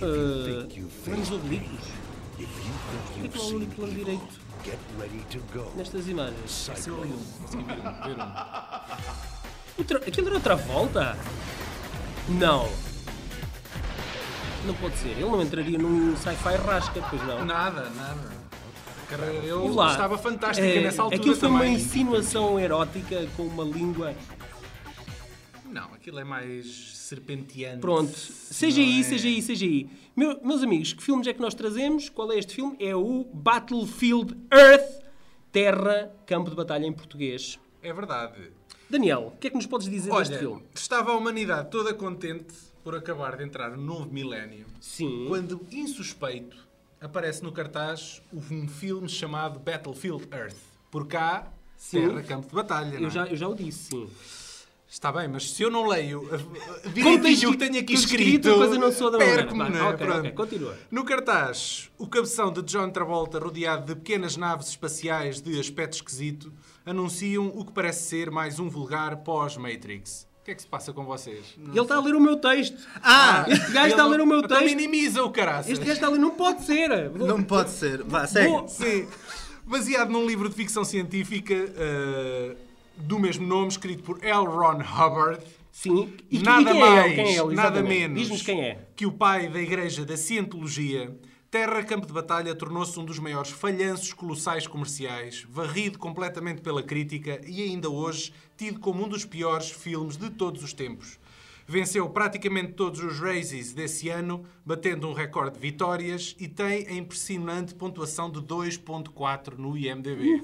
Uh, planos oblíquos. Porquê que não há um único plano direito Get ready to go. nestas imagens? Psycho. O tra- Aquilo era outra volta? Não. Não pode ser. Ele não entraria num sci-fi rasca, pois não. Nada, nada. A carreira dele E lá, estava fantástica é, nessa altura Aquilo foi uma também. insinuação erótica com uma língua. Não, aquilo é mais serpenteante. é? Pronto, seja aí, seja aí, seja aí. Meu- meus amigos, que filmes é que nós trazemos? Qual é este filme? É o Battlefield Earth, Terra, Campo de Batalha em português. É verdade. Daniel, o que é que nos podes dizer deste Olha, filme? estava a humanidade toda contente por acabar de entrar no novo milénio. Sim. Quando, insuspeito, aparece no cartaz um filme chamado Battlefield Earth. Por cá, Sim. Terra, campo de batalha. não Eu é? já, eu já o disse, sim. Está bem, mas se eu não leio uh, uh, tens direitinho o que- que tenho aqui tudo escrito, escrito, coisa não soa da maneira. perco-me, Vá, não é? ok, Pronto. ok, continua. No cartaz, o cabeção de John Travolta, rodeado de pequenas naves espaciais de aspecto esquisito, anunciam o que parece ser mais um vulgar pós-Matrix. O que é que se passa com vocês? Ele está a ler o meu texto. Ah, Ah, este gajo está a ler o meu Então texto. minimiza o caraças. Este gajo está a ler, não pode ser. Vou- Não pode ser. Vá, segue. Vou- Sim. Baseado num livro de ficção científica eh, do mesmo nome, escrito por L. Ron Hubbard. Sim. E, que- e nada quem mais, é ele? Quem é ele? nada exatamente? menos. Diz-nos quem é. Que o pai da Igreja da Cientologia, Terra Campo de Batalha tornou-se um dos maiores falhanços colossais comerciais, varrido completamente pela crítica e ainda hoje tido como um dos piores filmes de todos os tempos. Venceu praticamente todos os races desse ano, batendo um recorde de vitórias e tem a impressionante pontuação de 2.4 no IMDb.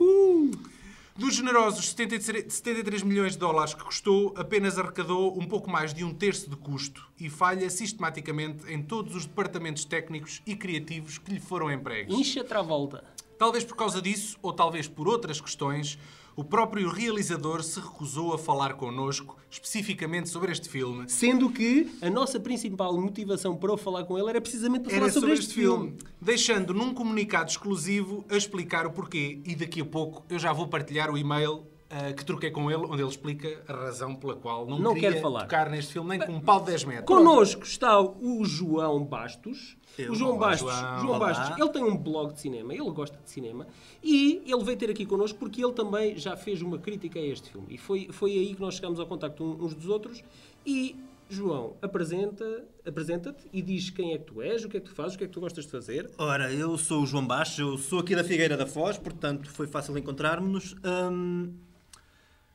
Dos generosos 73 73 milhões de dólares que custou, apenas arrecadou um pouco mais de um terço de custo e falha sistematicamente em todos os departamentos técnicos e criativos que lhe foram empregos. Incha Travolta. Talvez por causa disso, ou talvez por outras questões, o próprio realizador se recusou a falar connosco especificamente sobre este filme. Sendo que a nossa principal motivação para eu falar com ele era precisamente para falar Era sobre, este, filme. deixando num comunicado exclusivo a explicar o porquê. E daqui a pouco eu já vou partilhar o e-mail ah, que troquei com ele, onde ele explica a razão pela qual não, Não queria quero falar. tocar neste filme nem com um pau de 10 metros. Connosco está o João Bastos. o João Olá, Bastos, João. João Olá. Bastos, ele tem um blog de cinema, ele gosta de cinema e ele veio ter aqui connosco porque ele também já fez uma crítica a este filme. E foi, foi aí que nós chegámos ao contacto um- uns dos outros. E João, apresenta- apresenta-te e diz quem é que tu és, o que é que tu fazes, o que é que tu gostas de fazer. Ora, eu sou o João Baixo, eu sou aqui da Figueira da Foz, portanto foi fácil encontrarmos-nos. Hum,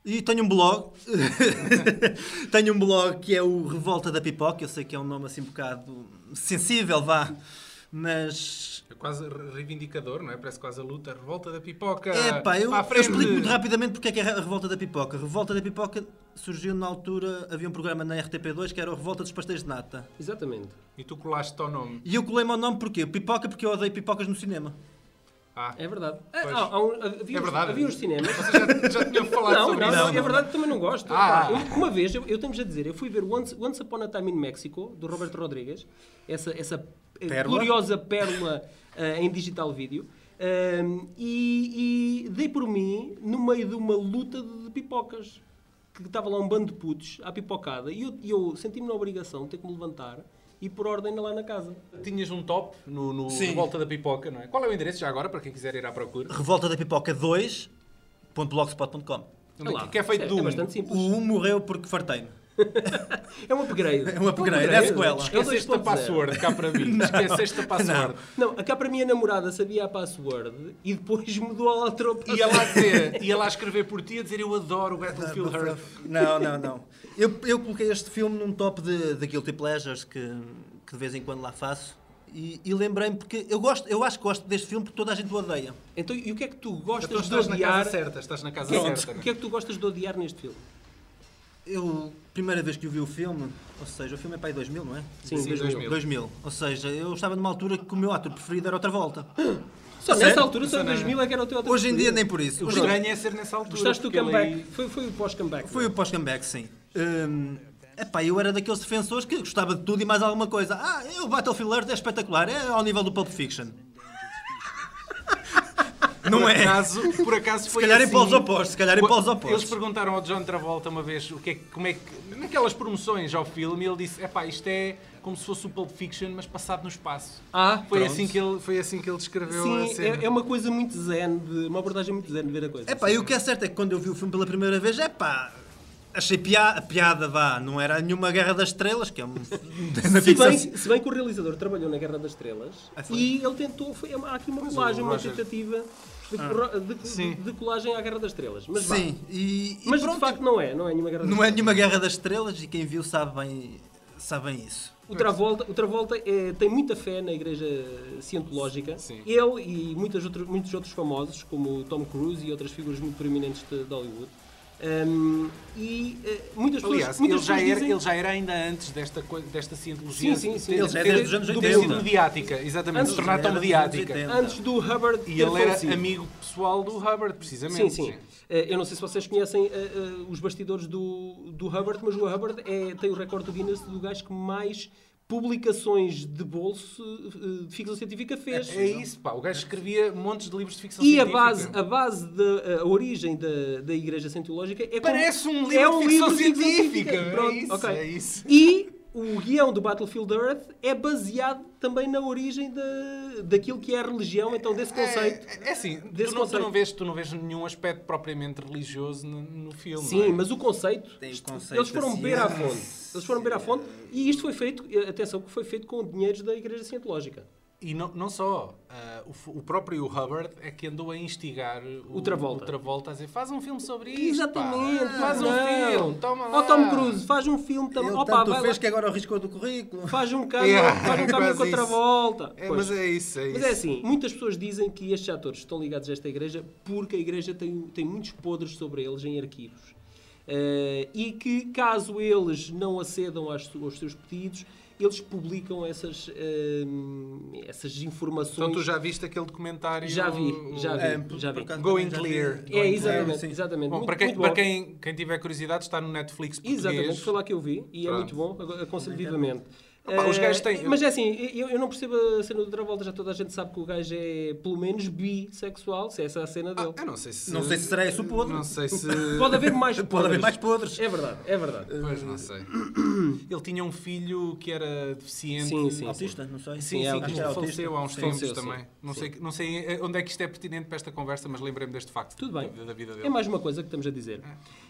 e tenho um blog. tenho um blog que é o Revolta da Pipoca, eu sei que é um nome assim um bocado sensível, vá. Mas. É quase re- reivindicador, não é? Parece quase a luta, a revolta da pipoca. Epá, eu, Para a eu Ah, frente. explico muito rapidamente porque é que é a Revolta da Pipoca. A Revolta da Pipoca surgiu na altura, havia um programa na RTP2 que era o Revolta dos Pastéis de Nata. Exatamente. E tu colaste ao nome. E eu colei-me ao nome porquê? Pipoca, porque eu odeio pipocas no cinema. Ah, É verdade. Pois. Ah, há um- havia, É verdade. Uns, havia uns cinemas. já, já tinha falado Não, não, sobre não, isso. Não, é não, verdade, também não gosto. Ah. Pá, eu- uma vez, eu, eu tenho-vos a dizer, eu fui ver Once, Once Upon a Time in Mexico, do Roberto Rodrigues, essa, essa eh, Pérola. gloriosa pérola eh, em digital vídeo, ehm, e, e dei por mim no meio de uma luta de, de pipocas. Que estava lá um bando de putos à pipocada, e eu, e eu senti-me na obrigação de ter que me levantar e pôr ordem lá na casa. Tinhas um top no, no Sim. Revolta da Pipoca, não é? Qual é o endereço já agora, para quem quiser ir à procura? Revolta da Pipoca 2.blogspot.com. Onde é lá, que- que é feito é, de é um? bastante simples. O 1 Tipo, morreu porque fartei-me. É um upgrade. É um upgrade, é a sequela. É o Esqueceste a 2.0. password cá para mim. Esqueceste a password. Não, cá para a minha namorada sabia a password e depois mudou a outra password. Ia lá, dizer, ia lá escrever por ti a dizer eu adoro o Battlefield Earth. Ah, Não, não, não. Eu, eu coloquei este filme num top de, de Guilty Pleasures que, que de vez em quando lá faço. E, e lembrei-me porque eu gosto, eu acho que gosto deste filme porque toda a gente o odeia. Então, e o que é que tu Então gostas de estás na odiar? casa certa, estás na casa O que é- certa. O que é que tu gostas de odiar neste filme? Eu, primeira vez que eu vi o filme, ou seja, o filme é para aí 2000, não é? Sim, Sim, 2000. 2000. 2000. Ou seja, eu estava numa altura que o meu ator preferido era outra volta. Só Sério? nessa altura, só em Não, não, 2000 é que era o teu outro Hoje em dia preferido. nem por isso. O Hoje em dia- estranho é ser nessa altura. Gostaste do porque ele comeback? aí- Foi, foi o pós-comeback. é- Foi o pós-comeback, sim. Hum, epá, eu era daqueles defensores que gostava de tudo e mais alguma coisa. Ah, o Battlefield Earth é espetacular, é ao nível do Pulp Fiction. Não Por é? acaso, por acaso foi calhar é em assim. polos opostos, se calhar em polos opostos. Eles perguntaram ao John Travolta uma vez o que é, que- como é que... Naquelas promoções ao filme, ele disse, epá, isto é como se fosse o Pulp Fiction, mas passado no espaço. Ah, Foi, Pronto. assim que, ele, foi assim que ele descreveu a Sim, cena. é, é uma coisa muito zen, de- uma abordagem muito zen de ver a coisa. É pá, e o que é certo é que quando eu vi o filme pela primeira vez, é pá. Achei pia a piada, vá, não era nenhuma Guerra das Estrelas, que é um. se, na ficção- bem, se bem que o realizador trabalhou na Guerra das Estrelas é Ah, foi? e ele tentou, foi, há aqui uma colagem, uma Roger- tentativa de, cro- de- de- Sim. de colagem à Guerra das Estrelas. Mas vá. Ah, Sim, e, e Mas pronto, de facto não é, não é nenhuma Guerra das não é Estrelas. nenhuma Guerra das Estrelas e quem viu sabe bem, sabe bem isso. O Travolta, o Travolta eh, tem muita fé na igreja cientológica. Sim. Ele e muitas outro- muitos outros famosos, como o Tom Cruise e outras figuras muito proeminentes de, de Hollywood. Ahm, e eh, muitas pessoas, Aliás, ele muitas já, pessoas era, dizem- ele já era ainda antes desta, coi- desta cientologia. Sim, sim, sim. ter- Ele já é ter- desde os anos ter 80. sido mediática, exatamente, Antes se tornar dos tão anos mediática. 80. Antes do Hubbard E ter ele era falecido. amigo pessoal do Hubbard, precisamente. assim. Sim, sim. Eh, Eu não sei se vocês conhecem eh, eh, os bastidores do, do Hubbard, mas o Hubbard é, tem o recorde do Guinness do gajo que mais publicações de bolso eh, de ficção científica fez. É isso, pá. O gajo escrevia montes de livros de ficção E a científica. base, a base da a origem da, da Igreja Cientológica é como- Parece um livro de ficção científica. É isso, ok. é isso. E o guião do Battlefield Earth é baseado também na origem da, daquilo que é a religião, então desse conceito. É, é assim, tu Desse não, tu, conceito. não vês, tu não vês nenhum aspecto propriamente religioso no, no filme. não Sim, é? mas o conceito, Tem o isto- conceito eles foram da beber à ciência. fonte. Eles foram beber à fonte e isto foi feito, eh, atenção, que foi feito com dinheiros da Igreja Cientológica. E não, não só. ah, o f- o, próprio Hubbard é que andou a instigar o, O Travolta. o Travolta a dizer: faz um filme sobre isto. Exatamente, Pá. Faz um não. filme, toma lá. Ó Tom Cruise, faz um filme também. Ele Opa, tanto vai fez lá. que agora arriscou do currículo. Faz um câmbio, Yeah, é faz um câmbio quase com a isso. Travolta. É, Pois. mas é isso, é isso. Mas é assim, muitas pessoas dizem que estes atores estão ligados a esta igreja porque a igreja tem, tem muitos podres sobre eles em arquivos. Eh, e que caso eles não acedam às su- aos seus pedidos, eles publicam essas, eh, essas informações. Então tu já viste aquele documentário? Já vi, já vi. É, já vi. acaso Going também já vi. Clear. É, Going exatamente. Clear, sim. exatamente. Bom, muito, para quem, muito para bom. quem, quem tiver curiosidade, está no Netflix português. Exatamente, foi lá que eu vi e é Pronto. muito bom, ag- aconselho vivamente. é Opa, os Eh, gajos têm- Mas é assim, eu, eu não percebo a cena do Travolta, já toda a gente sabe que o gajo é pelo menos bissexual, se essa é a cena Ah, dele. eu não sei se... Não sei se será esse o podre. Não sei se... Pode haver mais Pode podres. haver mais podres. É verdade, é verdade. Pois, não sei. Ele tinha um filho que era deficiente. Sim, sim. Autista, não sei. Sim, sim, é que autista. ele faleceu há uns Sim. tempos Faleceu, sim. também. Não, sei, não sei onde é que isto é pertinente para esta conversa, mas lembrei-me deste facto Tudo da- bem. Da, vida dele. É. É mais uma coisa que estamos a dizer.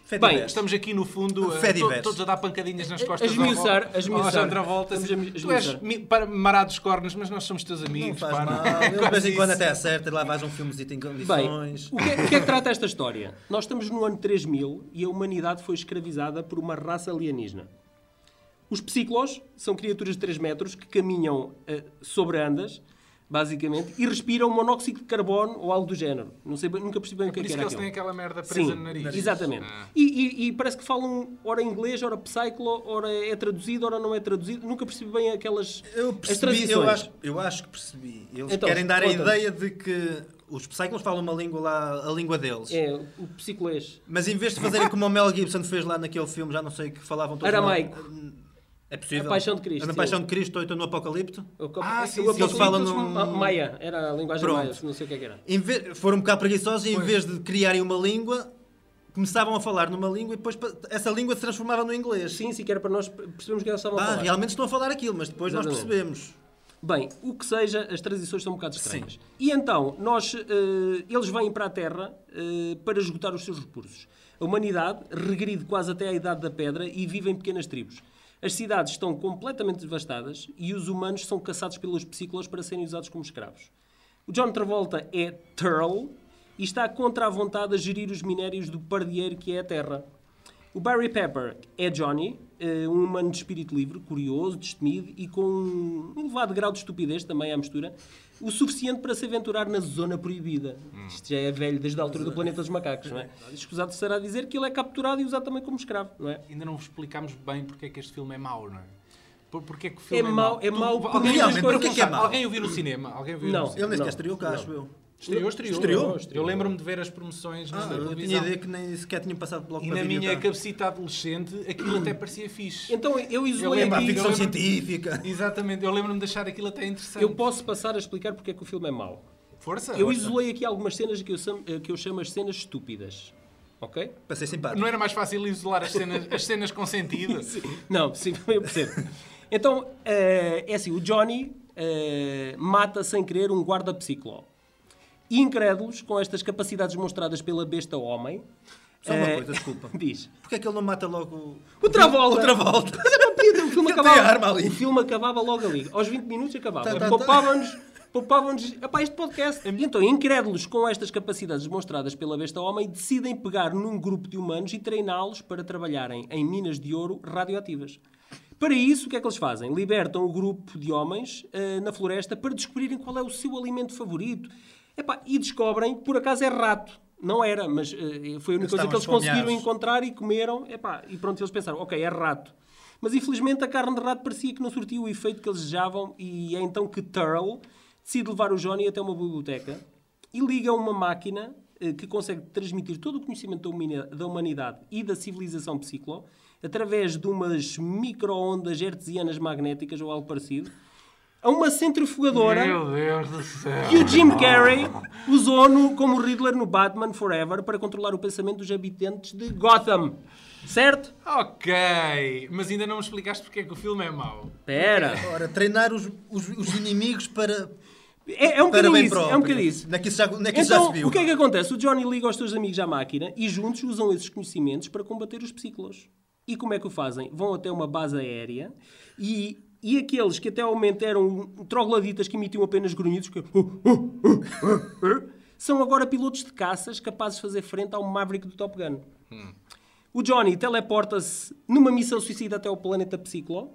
Fé Bem, diversa. Estamos aqui no fundo, eh, Fé to- diverso. todos a dar pancadinhas nas A- costas esmiuçar, ao, a esmiuçar. ao Sandra Volta. Estamos assim, a mi- tu és esmiuçar. mi- para, marado dos cornos, mas nós somos teus Não amigos. faz pá, não- mal. é Ele de vez quase em quando isso. até acerta e lá vais um filmezinho em Bem, condições. o que, é, o que é que trata esta história? Nós estamos no ano 3000 e a humanidade foi escravizada por uma raça alienígena. Os psiclos são criaturas de 3 metros que caminham eh, sobre andas, basicamente, e respiram monóxido de carbono ou algo do género. Não sei, bem- nunca percebi bem o que é Por que isso que era eles têm aquilo. aquela merda presa Sim, no nariz. exatamente. Ah. E, e- e parece que falam ora é inglês, ora psychlo, ora é traduzido, ora não é traduzido. Nunca percebi bem aquelas Eu as percebi, transições. eu acho, eu acho que percebi. Eles Então, querem dar a conta-nos. ideia de que os Psychos falam uma língua lá, a língua deles. É, o psicolês. Mas em vez de fazerem como o Mel Gibson fez lá naquele filme, já não sei o que falavam todos. Aramaico. É possível. A Paixão de Cristo, Na sim. Paixão de Cristo, ou então no Apocalipto. O co- Ah, sim, o sim, apocalipse eles falam dos- num- ah, Maia, era a linguagem Pronto. maia, não sei o que é que era. Em vez, foram um bocado preguiçosos e em vez de criarem uma língua, começavam a falar numa língua e depois pa- essa língua se transformava no inglês. Sim, sequer para nós percebemos que eles estavam a Pá, falar. realmente estão a falar aquilo, mas depois nós Exatamente. percebemos. Bem, o que seja, as transições são um bocado estranhas. E então, nós, eh, eles vêm para a Terra eh, para esgotar os seus recursos. A humanidade regride quase até à Idade da Pedra e vive em pequenas tribos. As cidades estão completamente devastadas e os humanos são caçados pelos psícolos para serem usados como escravos. O John Travolta é Turl e está contra a vontade a gerir os minérios do pardieiro que é a Terra. O Barry Pepper é Johnny, eh, um humano de espírito livre, curioso, destemido e com um elevado grau de estupidez, também à mistura, o suficiente para se aventurar na zona proibida. Hum. Isto já é velho desde a altura do Planeta dos Macacos, não é? Escusado será dizer que ele é capturado e usado também como escravo, não é? Ainda não vos explicámos bem porque é que este filme é mau, não é? Por- Porque é que o É filme é, mau, mau? é Tu- mau porque alguém, realmente, alguém- porque é que é mau? Alguém o viu no cinema? Alguém o viu Não. no Ele cinema? nem Não, sequer estreou cá, acho eu. Estreou, estreou. Estreou? Eu lembro-me de ver as promoções na Ah, eu tinha televisão. ideia que nem sequer tinham passado bloco E para na vídeo, minha tá? cabecita adolescente, aquilo até parecia fixe. Então eu isolei Eu lembro- Pá, aqui... eu ficção lembro- Então, científica. Exatamente, eu lembro-me de achar aquilo até interessante. Eu posso passar a explicar porque é que o filme é mau. Força? Eu Força. isolei aqui algumas cenas que eu, sam- eh, que eu chamo as cenas estúpidas, ok? Para é- ser simpático. Não era mais fácil isolar as cenas, as cenas com sentido? Não, sim, eu percebo. Então, eh, é assim, o Johnny eh, mata sem querer um guarda psicló. Incrédulos, com estas capacidades mostradas pela besta homem... Só uma eh, coisa, desculpa. Diz. Porquê é que ele não mata logo o- O Travolta! O Travolta. Mas era pedido, o filme Ele tem acabava. arma ali. O filme acabava logo ali. Aos 20 minutos acabava. Tá, É tá, tá. Poupavam-nos. Poupavam-nos. Epá, este podcast. E então, incrédulos com estas capacidades demonstradas pela besta homem, decidem pegar num grupo de humanos e treiná-los para trabalharem em minas de ouro radioativas. Para isso, o que é que eles fazem? Libertam o grupo de homens eh, na floresta para descobrirem qual é o seu alimento favorito. Epá, e descobrem, por acaso é rato. Não era, mas eh, foi a única coisa que estavam eles conseguiram esfomeados. encontrar encontrar e comeram, epá, e pronto, eles pensaram, ok, é rato. Mas infelizmente a carne de rato parecia que não surtia o efeito que eles desejavam e é então que Turl decide levar o Johnny até uma biblioteca e liga uma máquina eh, que consegue transmitir todo o conhecimento da humina- da humanidade e da civilização Psiclo através de umas micro-ondas hertzianas magnéticas ou algo parecido a uma centrifugadora Deus do céu. que o Jim Carrey usou no, como Riddler no Batman Forever para controlar o pensamento dos habitantes de Gotham. Certo? Ok, mas ainda não me explicaste porque é que o filme é mau. Espera. Ora, treinar os, os, os inimigos para, É, é um para bocadinho bem isso. próprio. É um bocadinho isso. Não é que isso já, não é que isso já Então, se viu. o que é que acontece? O Johnny liga aos seus amigos à máquina e juntos usam esses conhecimentos para combater os psícolos. E como é que o fazem? Vão até uma base aérea e, e aqueles que até ao momento eram trogloditas que emitiam apenas grunhidos, que... são agora pilotos de caças capazes de fazer frente ao Maverick do Top Gun. Hum. O Johnny teleporta-se numa missão suicida até ao planeta Psiclo,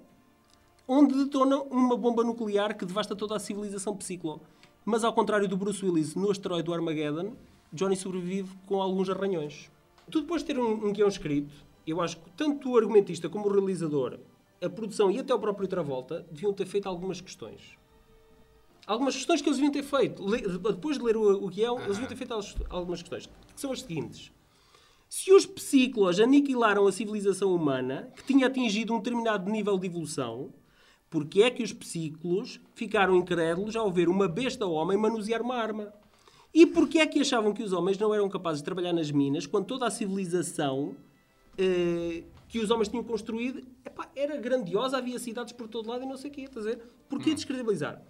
onde detona uma bomba nuclear que devasta toda a civilização Psiclo. Mas ao contrário do Bruce Willis no asteroide do Armageddon, Johnny sobrevive com alguns arranhões. Tu depois de ter um, um guião escrito, eu acho que tanto o argumentista como o realizador, a produção e até o próprio Travolta deviam ter feito algumas questões. Algumas questões que eles deviam ter feito. Le- depois de ler o, o guião, eles deviam ter feito al- algumas questões. Que são as seguintes. Se os psícolos aniquilaram a civilização humana, que tinha atingido um determinado nível de evolução, por que é que os psícolos ficaram incrédulos ao ver uma besta homem manusear uma arma? E por que é que achavam que os homens não eram capazes de trabalhar nas minas quando toda a civilização eh, que os homens tinham construído epá, era grandiosa, havia cidades por todo lado e não sei o quê, estás a ver? Porquê descredibilizar?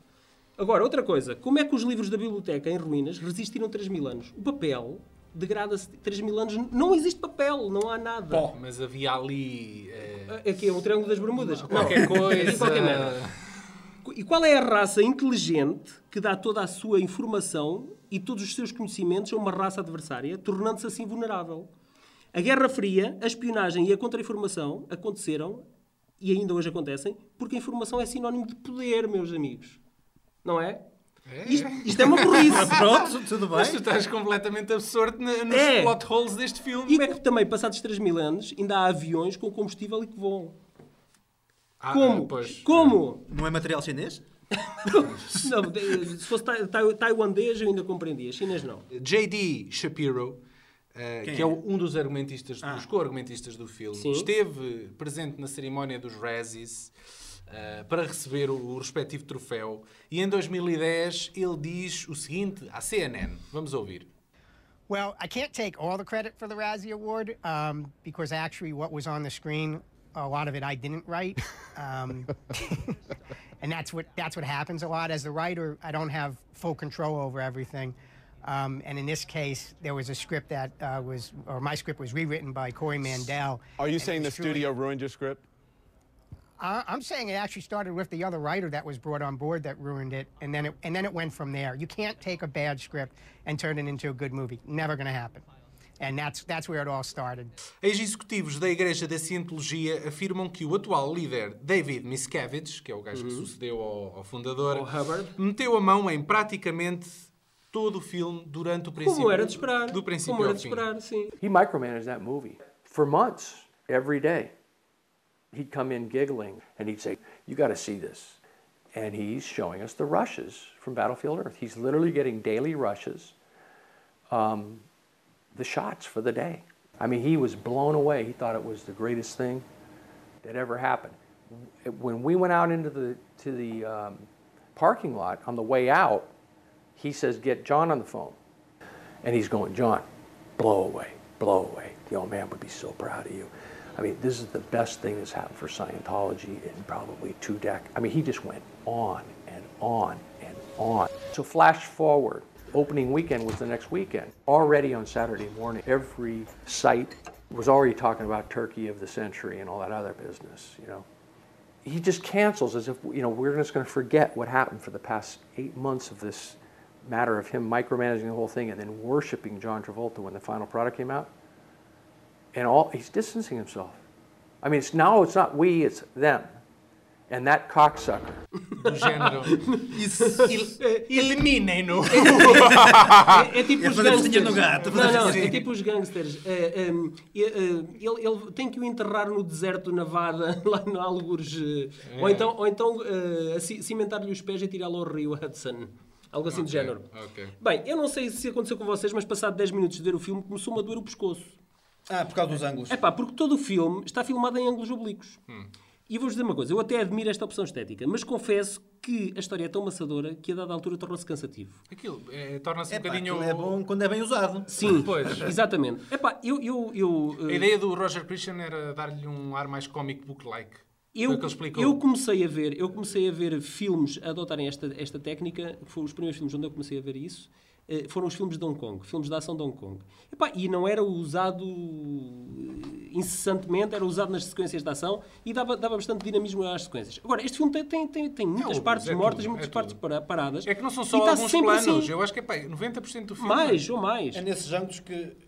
Agora, outra coisa. Como é que os livros da biblioteca em ruínas resistiram 3 mil anos? O papel degrada-se 3 mil anos. Não existe papel, não há nada. Bom, mas havia ali. eh, Ah, Aqui é o Triângulo das Bermudas. Não, qualquer coisa. qualquer merda. E qual é a raça inteligente que dá toda a sua informação e todos os seus conhecimentos a uma raça adversária, tornando-se assim vulnerável? A Guerra Fria, a espionagem e a contra-informação aconteceram, e ainda hoje acontecem, porque a informação é sinónimo de poder, meus amigos. Não é? É. Isto, isto é uma burrice. Pronto, tudo Mas tu bem. estás completamente absorto na- nos É. plot holes deste filme. E como é que também, passados 3 mil anos, ainda há aviões com combustível e que voam? Ah, Como? Pois. Como? Não é material chinês? Não, de- se fosse tai- tai- tailandês eu ainda compreendia, chinês não. J.D. Shapiro, eh, que é, é? o- um dos argumentistas, dos co-argumentistas do filme, Sim. esteve presente na cerimónia dos Razzies eh, para receber o, o respectivo troféu. E em 2010 ele diz o seguinte à CNN. Vamos ouvir. Well, I can't take all the credit for the Razzie Award um, because actually, what was on the screen, a lot of it I didn't write, um, and that's what that's what happens a lot as the writer. I don't have full control over everything, um, and in this case, there was a script that uh, was, or my script was rewritten by Corey Mandel. Are and you it saying the was truly- studio ruined your script? I, I'm saying it actually started with the other writer that was brought on board that ruined it, and then it, and then it went from there. You can't take a bad script and turn it into a good movie. Never going to happen. And that's that's where it all started. Ex-executivos da Igreja da Cientologia afirmam que o atual líder David Miscavige, que é o gajo que sucedeu ao, ao fundador, Uhum. Ao Hubbard. meteu a mão em praticamente todo o filme durante o princípio Como era de esperar. do princípio Como era ao de fim. esperar, sim. He micromanaged that movie for months, every day. He'd come in giggling and he'd say, You got to see this. And he's showing us the rushes from Battlefield Earth. He's literally getting daily rushes, um, the shots for the day. I mean, he was blown away. He thought it was the greatest thing that ever happened. When we went out into the, to the um, parking lot on the way out, he says, Get John on the phone. And he's going, John, blow away, blow away. The old man would be so proud of you. I mean, this is the best thing that's happened for Scientology in probably two decades. I mean, he just went on and on and on. So, flash forward. Opening weekend was the next weekend. Already on Saturday morning, every site was already talking about Turkey of the century and all that other business, you know he just cancels as if you know we're just going to forget what happened for the past eight months of this matter of him micromanaging the whole thing and then worshiping John Travolta when the final product came out. And all he's distancing himself. I mean, it's now it's not we, it's them, and that cocksucker. do género. Il- Eliminem-no. É, é tipo É os fazer festinha gangsters. no gato, não, fazer não, festinha. é tipo os gangsters. Eh, ehm, e, eh, ele, ele tem que o enterrar no deserto do Nevada, lá no Algures. eh, Ou então, ou então eh, ci- cimentar-lhe os pés e tirá-lo ao rio Hudson. Algo assim do género. ok. Bem, eu não sei se aconteceu com vocês, mas passado 10 minutos de ver o filme, começou-me a doer o pescoço. Ah, por causa dos ângulos. É pá, porque todo o filme está filmado em ângulos oblíquos. E vou-vos dizer uma coisa, eu até admiro esta opção estética, mas confesso que a história é tão maçadora que a dada altura torna-se cansativo. Aquilo eh, torna-se um Epá, bocadinho. aquilo é bom quando é bem usado. Sim, Pois. exatamente. Epá, eu, eu, eu, A eh, ideia do Roger Christian era dar-lhe um ar mais comic book-like. Foi eu, o que ele explicou. eu comecei a ver, eu comecei a ver filmes a adotarem esta, esta técnica, foram os primeiros filmes onde eu comecei a ver isso, eh, foram os filmes de Hong Kong, filmes de ação de Hong Kong. Epá, e não era usado eh, incessantemente, era usado nas sequências de ação e dava, dava bastante dinamismo às sequências. Agora, este filme tem, tem, tem, tem muitas o- partes é tudo, mortas e é muitas tudo. partes para- paradas. É que não são E só está alguns sempre planos. assim, Eu acho que é pá, 90% do filme. mais ou mais. É nesses ângulos que.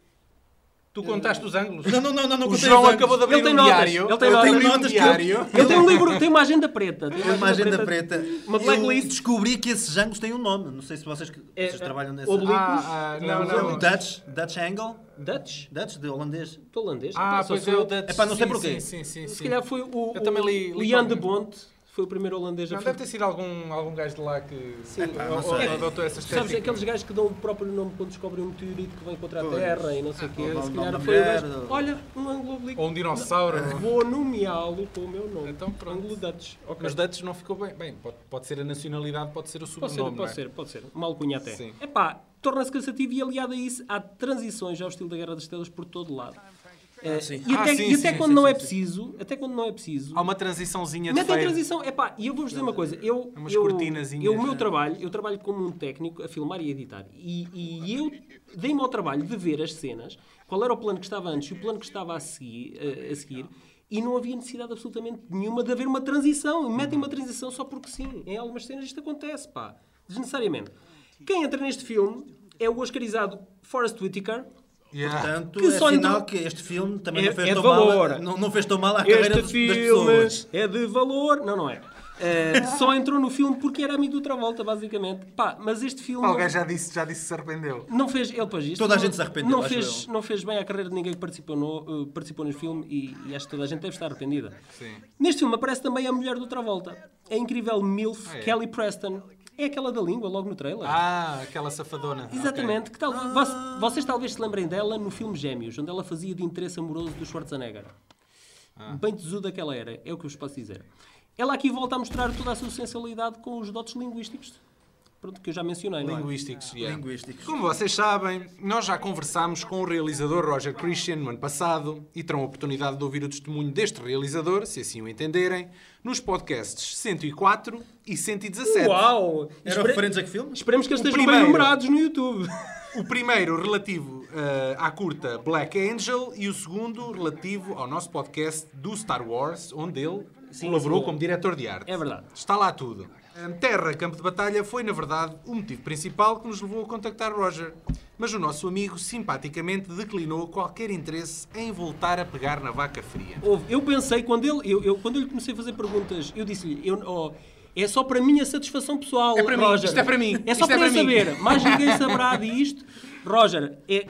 Tu contaste os ângulos. Não, não, não, não, não O contei João os ângulos. acabou de abrir Ele tem um notas, diário. ele tem Eu notas. abri um Tem notas que diário. Eu tenho um livro, tenho uma agenda preta. Tenho É uma agenda preta. Uma Eu blacklist. descobri que esses ângulos têm um nome. Não sei se vocês, que- É, vocês é, trabalham nessa. oblíquos. Ah, ah, não, O não. Dutch, Dutch Angle. Dutch? Dutch, de holandês. Holandês? Ah, Pá, só pois sou é o eu. Dutch. Epá, não sei Sim, porquê. Sim, sim, sim. Se calhar foi o, Eu também o li- li Leon de qualquer- Bont, foi o primeiro holandês a Não, fazer. deve ter sido algum, algum gajo de lá que Sim. Epá, não ou- sei. ou adotou essa Sabes, estética. aqueles gajos que dão o próprio nome quando descobrem um meteorito que vem contra a Pois. Terra e não sei o quê. ou Se dão calhar uma foi o mulher, gajo. ou- Olha, um ângulo oblíquo. Ou um dinossauro. Vou nomeá-lo com o meu nome. Então, pronto. Ângulo Dutch. Ok. Mas Dutch não ficou bem. Bem, pode, pode ser a nacionalidade, pode ser o Pode sobrenome. ser, não é? pode ser, pode ser. Mal cunha até. Sim. Epá, torna-se cansativo e aliado a isso há transições ao estilo da Guerra das Estrelas por todo lado. Eh, sim. E Ah, até, sim, e até sim, quando sim, não sim, é sim. preciso, até quando não é preciso, Há uma transiçãozinha de Metem fade. transição. Epá, e eu vou-vos dizer uma coisa. Eu, Umas eu, cortinazinhas, eu, o meu né? trabalho, eu trabalho como um técnico a filmar e editar. E, e eu dei-me ao trabalho de ver as cenas, qual era o plano que estava antes e o plano que estava a seguir. eh, A, a seguir e não havia necessidade absolutamente nenhuma de haver uma transição. E metem uma transição só porque sim. Em algumas cenas isto acontece, pá. Desnecessariamente. Quem entra neste filme é o oscarizado Forrest Whitaker. Yeah. Portanto, Que é só sinal então- que este filme também É- não, fez é de tão valor. mal, a- não, não fez tão mal à carreira Este das, das filme pessoas. é de valor. Não, não é. Eh, só entrou no filme porque era amigo do Travolta, basicamente. Pá, mas este filme. Pá, o gajo já disse, já disse que se arrependeu. Não fez. Ele depois disto. Toda a não- gente se arrependeu, Não acho fez, eu. não fez bem à carreira de ninguém que participou no, eh, participou no filme e, e acho que toda a gente deve estar arrependida. Neste filme aparece também a mulher do Travolta. A incrível MILF é? Kelly Preston. É aquela da língua, logo no trailer. Ah, aquela safadona. Exatamente. Que tal, Ah. voc- vocês talvez se lembrem dela no filme Gêmeos, onde ela fazia de interesse amoroso do Schwarzenegger. Ah. Bem tesuda que ela era, é o que eu vos posso dizer. Ela aqui volta a mostrar toda a sua sensualidade com os dotes linguísticos. Pronto, que eu já mencionei, Ok. não é? Linguísticos, yeah. Linguísticos. Como vocês sabem, nós já conversámos com o realizador Roger Christian no ano passado e terão a oportunidade de ouvir o testemunho deste realizador, se assim o entenderem, nos podcasts 104 e 117. Uau! Eram Espere- referentes a que filme? Esperemos que eles O estejam bem primeiro. numerados no YouTube. O primeiro relativo eh, à curta Black Angel e o segundo relativo ao nosso podcast do Star Wars, onde ele colaborou sim. como diretor de arte. É verdade. Está lá tudo. A Terra Campo de Batalha foi, na verdade, o motivo principal que nos levou a contactar Roger. Mas o nosso amigo simpaticamente declinou qualquer interesse em voltar a pegar na vaca fria. Houve- Eu pensei, quando, ele, eu, eu- quando eu lhe comecei a fazer perguntas, eu disse-lhe, eu- oh, é só para a minha satisfação pessoal, É para mim, Roger. isto é para mim, É só isto é para eu para mim. saber, mais ninguém saberá disto. Roger, é,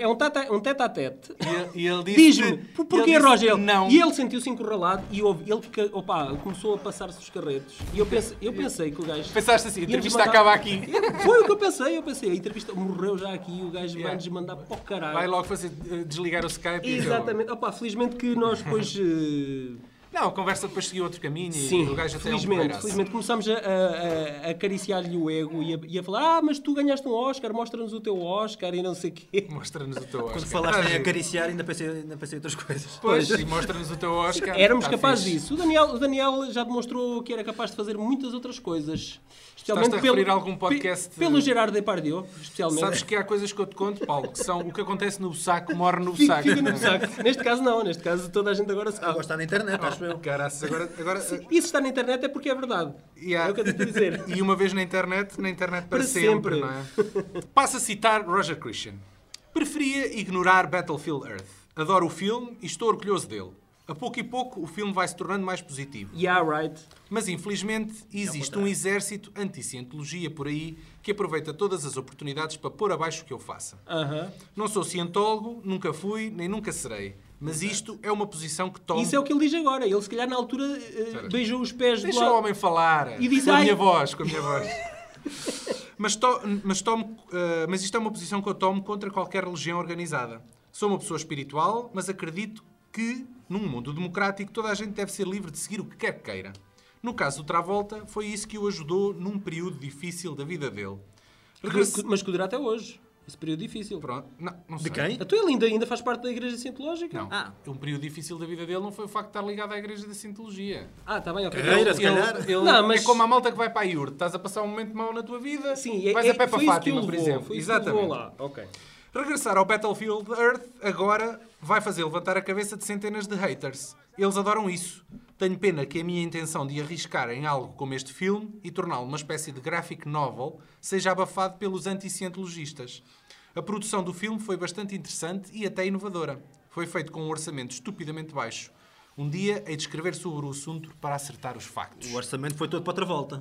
é um tete um tete a tete. E ele Diz-me, por- porquê, ele disse Roger? Não. E ele sentiu-se encurralado e houve, ele que- opa, começou a passar-se os carretos. E eu, pense, eu pensei que o gajo... Pensaste assim, a ia-nos entrevista mandar- acaba aqui. Foi o que eu pensei, eu pensei, a entrevista morreu já aqui e o gajo Yeah. vai-nos mandar para o caralho. Vai logo fazer eh, desligar o Skype e acabou. Exatamente. Opa, felizmente que nós depois eh, Não, a conversa depois seguiu outro caminho Sim, e o gajo até é um felizmente, porreiraço. felizmente começámos a, a- a- a acariciar-lhe o ego e a, e a falar: Ah, mas tu ganhaste um Oscar, mostra-nos o teu Oscar e não sei o quê. Mostra-nos o teu Oscar. Quando falaste Ah, em acariciar, ainda pensei, ainda pensei em outras coisas. Pois, e mostra-nos o teu Oscar. Éramos Tá capazes fixe. disso. O Daniel, o Daniel já demonstrou que era capaz de fazer muitas outras coisas. Especialmente a referir a algum podcast pe- de- Pelo Gerard Depardieu, especialmente. Sabes que é há coisas que eu te conto, Paulo, que são o que acontece no saco morre no Fica, um saco. fica no saco. Neste caso, não. Neste caso, toda a gente agora sabe. Agora está na internet, acho eu. Caraças, agora, agora Isso está na internet é porque é verdade. E há- É o que eu tenho a dizer. E uma vez na internet, na internet para, Para sempre, sempre. não é? Passo a citar Roger Christian. Preferia ignorar Battlefield Earth. Adoro o filme e estou orgulhoso dele. A pouco e pouco o filme vai se tornando mais positivo. Yeah, right. Mas infelizmente É existe um exército anti-cientologia por aí que aproveita todas as oportunidades para pôr abaixo o que eu faça. Aham. Não sou cientólogo, nunca fui, nem nunca serei. Mas isto é uma posição que tomo. Isso é o que ele diz agora. Ele, se calhar, na altura, eh, beijou os pés Deixa do lado. o homem falar. E diz, com a "Ai." minha voz, com a minha voz. mas, to- mas, tomo, eh, mas isto é uma posição que eu tomo contra qualquer religião organizada. Sou uma pessoa espiritual, mas acredito que, num mundo democrático, toda a gente deve ser livre de seguir o que quer que queira. No caso do Travolta, foi isso que o ajudou num período difícil da vida dele. Que- que- Mas que durou até hoje. Esse período difícil. Pronto, não, não De sei. quem? Então ele ainda, ainda faz parte da Igreja Cientológica? Não. Ah. Um período difícil da vida dele não foi o facto de estar ligado à Igreja da Scientologia. Ah, está bem, ok. Carreira, se Ele- calhar. ele- não, Não, mas... É como a malta que vai para a IURT. Estás a passar um momento mau na tua vida, Sim, é, vais é, a pé para foi isso que o Fátima, levou, por exemplo. Foi isso que o levou Exatamente. lá. Ok. Regressar ao Battlefield Earth agora vai fazer levantar a cabeça de centenas de haters. Eles adoram isso. Tenho pena que a minha intenção de arriscar em algo como este filme e torná-lo uma espécie de graphic novel seja abafado pelos anticientologistas. A produção do filme foi bastante interessante e até inovadora. Foi feito com um orçamento estupidamente baixo. Um dia hei de escrever sobre o assunto para acertar os factos. O orçamento foi todo para outra volta.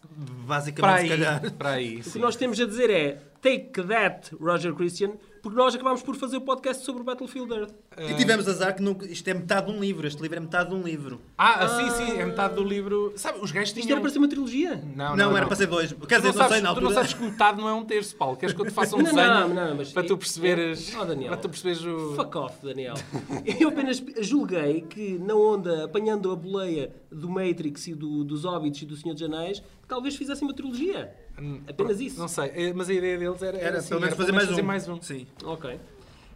Para Basicamente, se calhar. aí, para aí. O que nós temos a dizer é take that, Roger Christian, porque nós acabámos por fazer o podcast sobre o Battlefield Earth. E tivemos azar que nunca- isto é metade de um livro. Este livro é metade de um livro. Ah, sim, sim, é metade do livro. Sabe, os gajos tinham. Isto era para ser uma trilogia? Não, Não, era para ser dois. Quer Tu dizer, não, não, sabes, sei, na tu não altura. sabes que metade não é um terço, Paulo. Queres que eu te faça um Não, desenho? não, não, mas- para tu perceberes. Oh, Daniel. Para tu perceberes o. Fuck off, Daniel. Eu apenas julguei que, na onda, apanhando a boleia do Matrix e do- dos Hobbits e do Senhor dos Anéis, talvez fizessem uma trilogia. Apenas isso. Hum, Não sei, eh, mas a ideia deles era, era, Era assim, pelo menos era fazer mais, um. um. Sim. Ok.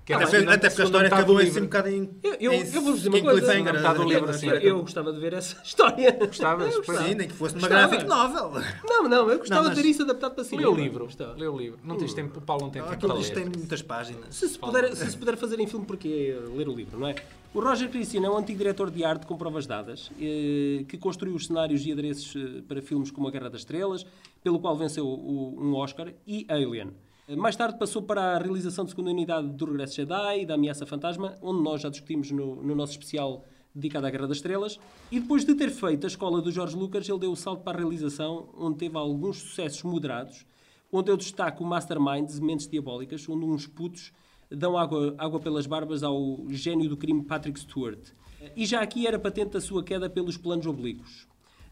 Que era assim, Até, a segunda- foi- até porque segunda a história metade do acabou assim um livro. bocado em. Eu, eu, em- eu vou-vos dizer em uma coisa. um cliffhanger, Metade do aquela livro, é. cena. sim. Eu, eu gostava de ver essa história. Gostavas? Eu gostava. Sim, nem que fosse uma Gostava. graphic novel. Não, não, eu gostava Não, mas- de ver isso adaptado para Lê cinema. o livro. Gostava. Hum. Lê o livro. Não tens tempo, o Paulo não tem tempo para Aquilo isto ler. tem muitas páginas. Se se, puder, se se puder fazer em filme, porque ler o livro, não é? O Roger Christian é um antigo diretor de arte com provas dadas, eh, que construiu os cenários e adereços eh, para filmes como A Guerra das Estrelas, pelo qual venceu o- um Oscar, e Alien. Eh, Mais tarde passou para a realização de segunda unidade do Regresso Jedi e da Ameaça Fantasma, onde nós já discutimos no, no nosso especial dedicado à Guerra das Estrelas. E depois de ter feito a escola do Jorge Lucas, ele deu o salto para a realização, onde teve alguns sucessos moderados, onde eu destaco o Masterminds, Mentes Diabólicas, onde uns putos dão água, água pelas barbas ao gênio do crime Patrick Stewart. E já aqui era patente a sua queda pelos planos oblíquos.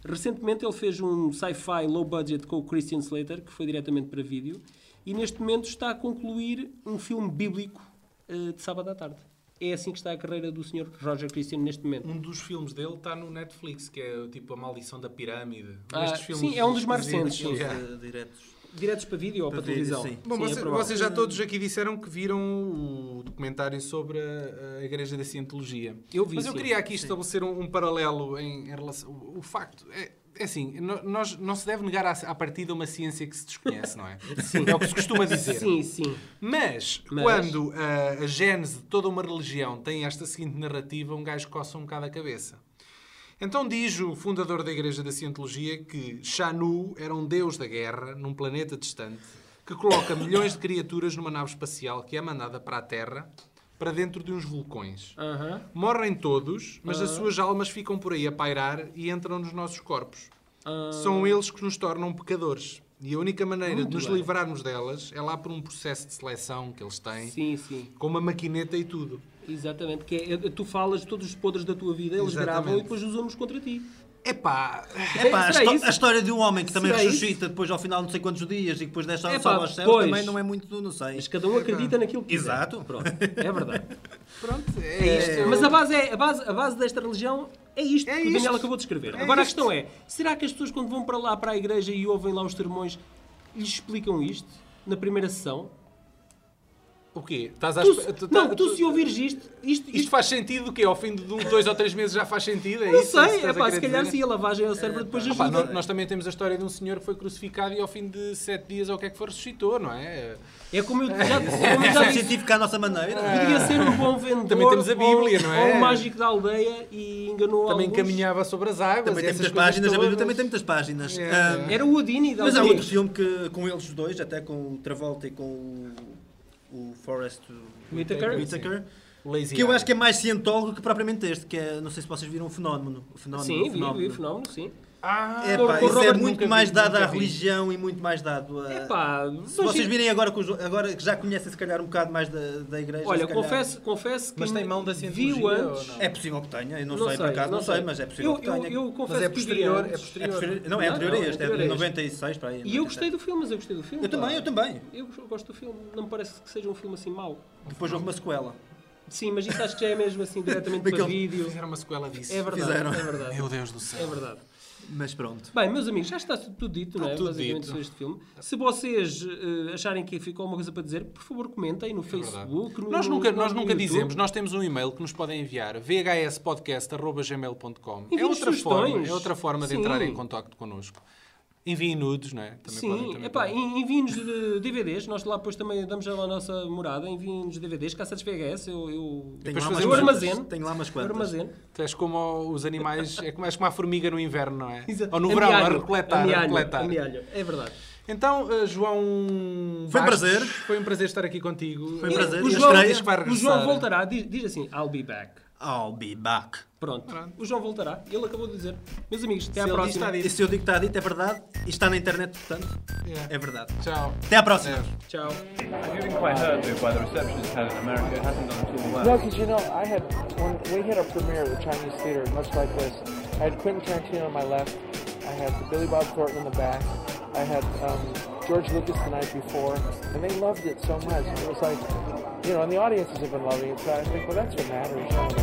Recentemente ele fez um sci-fi low budget com o Christian Slater, que foi diretamente para vídeo, e neste momento está a concluir um filme bíblico eh, de sábado à tarde. É assim que está a carreira do Sr. Roger Christian neste momento. Um dos filmes dele está no Netflix, que é tipo A Maldição da Pirâmide. Ah, Estes filmes sim, é um dos mais recentes. esquisitos. Yeah. Eh, Diretos. Diretos para vídeo ou para, Para vídeo, televisão? sim. Bom, Sim, é vocês, provável. vocês já todos aqui disseram que viram o documentário sobre a, a Igreja da Cientologia. Eu vi, Mas eu sim. queria aqui estabelecer um, um paralelo em, em relação. O, o facto é, é assim: no- nós, não se deve negar à, à partida uma ciência que se desconhece, não é? É o que se costuma dizer. Sim, sim. Mas, Mas- quando a, a gênese de toda uma religião tem esta seguinte narrativa, um gajo coça um bocado a cabeça. Então diz o fundador da Igreja da Cientologia que Xanu era um deus da guerra num planeta distante que coloca milhões de criaturas numa nave espacial que é mandada para a Terra para dentro de uns vulcões. Aham. Morrem todos, mas Ah. as suas almas ficam por aí a pairar e entram nos nossos corpos. Ah. São eles que nos tornam pecadores. E a única maneira de nos bem. livrarmos delas é lá por um processo de seleção que eles têm, Sim, sim. com uma maquineta e tudo. Exatamente, que é, tu falas de todos os podres da tua vida, eles Exatamente. gravam e depois usam-nos contra ti. Epá, É pá, a, Será histó- isso? a história de um homem que também Será ressuscita depois ao final de não sei quantos dias e depois deixa É é pá, ao céu também pois. não é muito, não sei. Mas cada um acredita naquilo que quiser. Exato. Pronto, é verdade. pronto, é isto. Mas a base, é, a, base, a base desta religião É isto É que o Daniel isto. acabou de escrever. É Agora a isto. questão é, será que as pessoas quando vão para lá, para a igreja e ouvem lá os sermões, lhes explicam isto na primeira sessão? O quê? Estás à Tu- espe- tu- não, tá- tu se ouvires isto, isto, Isto isto faz sentido o quê? Ao fim de um, dois ou três meses já faz sentido? É não isso? sei, Isso é estás a pá, se querer calhar dizer? É, sim, a lavagem ao cérebro depois Opa, nó- ajuda. nós, também temos a história de um senhor que foi crucificado e ao fim de sete dias ou o que é que for ressuscitou, não é? É como eu já, como eu já disse, é científico à nossa maneira. podia ser um bom vendedor Também temos a Bíblia, ou, não é? ou um mágico da aldeia e enganou Também alguns. caminhava sobre as águas. e Também tem essas muitas coisas páginas, a todas. Bíblia também tem muitas páginas. É. Ahm, Era o Odini da Mas há aldeia. outro filme que, com eles os dois, até com o Travolta e com o, o Forrest Whitaker? Whitaker, Lazy que eu Eye. acho que é mais cientólogo que propriamente este, que é, não sei se vocês viram o fenómeno. O fenómeno Sim, o vi, é fenómeno. vi o fenómeno, sim. Ah, É, Com- pá, com o isso é Robert nunca muito vi, mais dado à nunca vi. religião e muito mais dado a... É pá, Ah, se vocês virem agora, com os- agora que já conhecem se calhar um bocado mais da, da igreja... Olha, se calhar- confesso, confesso que Mas tem mão da viu cientologia ou antes. não? É possível que tenha, eu não, Não sei, por sei, acaso, não não sei, sei. mas é possível Eu- que eu- tenha. eu confesso Mas que é vi posterior, é antes. É posterior. posterior- não, é Não, anterior não, a este, é é anterior a de este. 96, para aí. E eu gostei do filme, mas eu gostei do filme. Eu pá. também, eu também. Eu gos- eu gosto do filme, não me parece que seja um filme assim mau. Depois houve uma sequela. Sim, mas isso acho que já é mesmo assim diretamente para Daquele- vídeo. Fizeram uma sequela disso. É verdade, Fizeram. é verdade. Meu Deus do É céu. verdade. Mas pronto. Bem, meus amigos, já está tudo dito, não é? tudo Basicamente dito. sobre este filme. Se vocês eh, acharem que ficou alguma coisa para dizer, por favor, comentem no Facebook. no- É Nós no- nunca, no- nós no nunca um YouTube. dizemos, nós temos um e-mail que nos podem enviar, vhspodcast.gmail.com. É Enviem outra sugestões. forma, é outra forma de Sim. entrar em contacto connosco. Enviem nudes, não é? Também podem- Sim, também epá, podem. en- enviem-nos eh, de DVDs, nós lá depois também damos já lá a nossa morada, enviem-nos DVDs, cassetes VHS, eu, eu, Tenho depois lá umas eu quantas, armazeno. tenho lá umas Eu quantas. armazeno. Tu és como os animais, é como, és como a formiga no inverno, não é? Exato. Ou no verão, a Amealho, recoletar. a amealho, recoletar. amealho, É verdade. Então, eh, João. Foi um Bastos, prazer. Foi um prazer estar aqui contigo. Foi um prazer. O E a João, estreia que vai o João regressar. voltará, diz, diz assim, I'll be back. I'll be back. Pronto. O João voltará, ele acabou de dizer. Meus amigos, até Se à eu digo próxima. que está dito- se eu digo que está dito, é verdade. E está na internet, portanto, Yeah. é verdade. Tchau. Até à próxima. Tchau. I'm getting quite hurt with by the reception it's had in America. It hasn't done too well. No, because you know, I had when we had our premiere at the Chinese theater, much like this. I had Quentin Tarantino on my left. I had Billy Bob Thornton in the back. I had um, George Lucas the night before, and they loved it so much. It was like, you know, and the audiences have been loving it. So I think, well, that's what matters.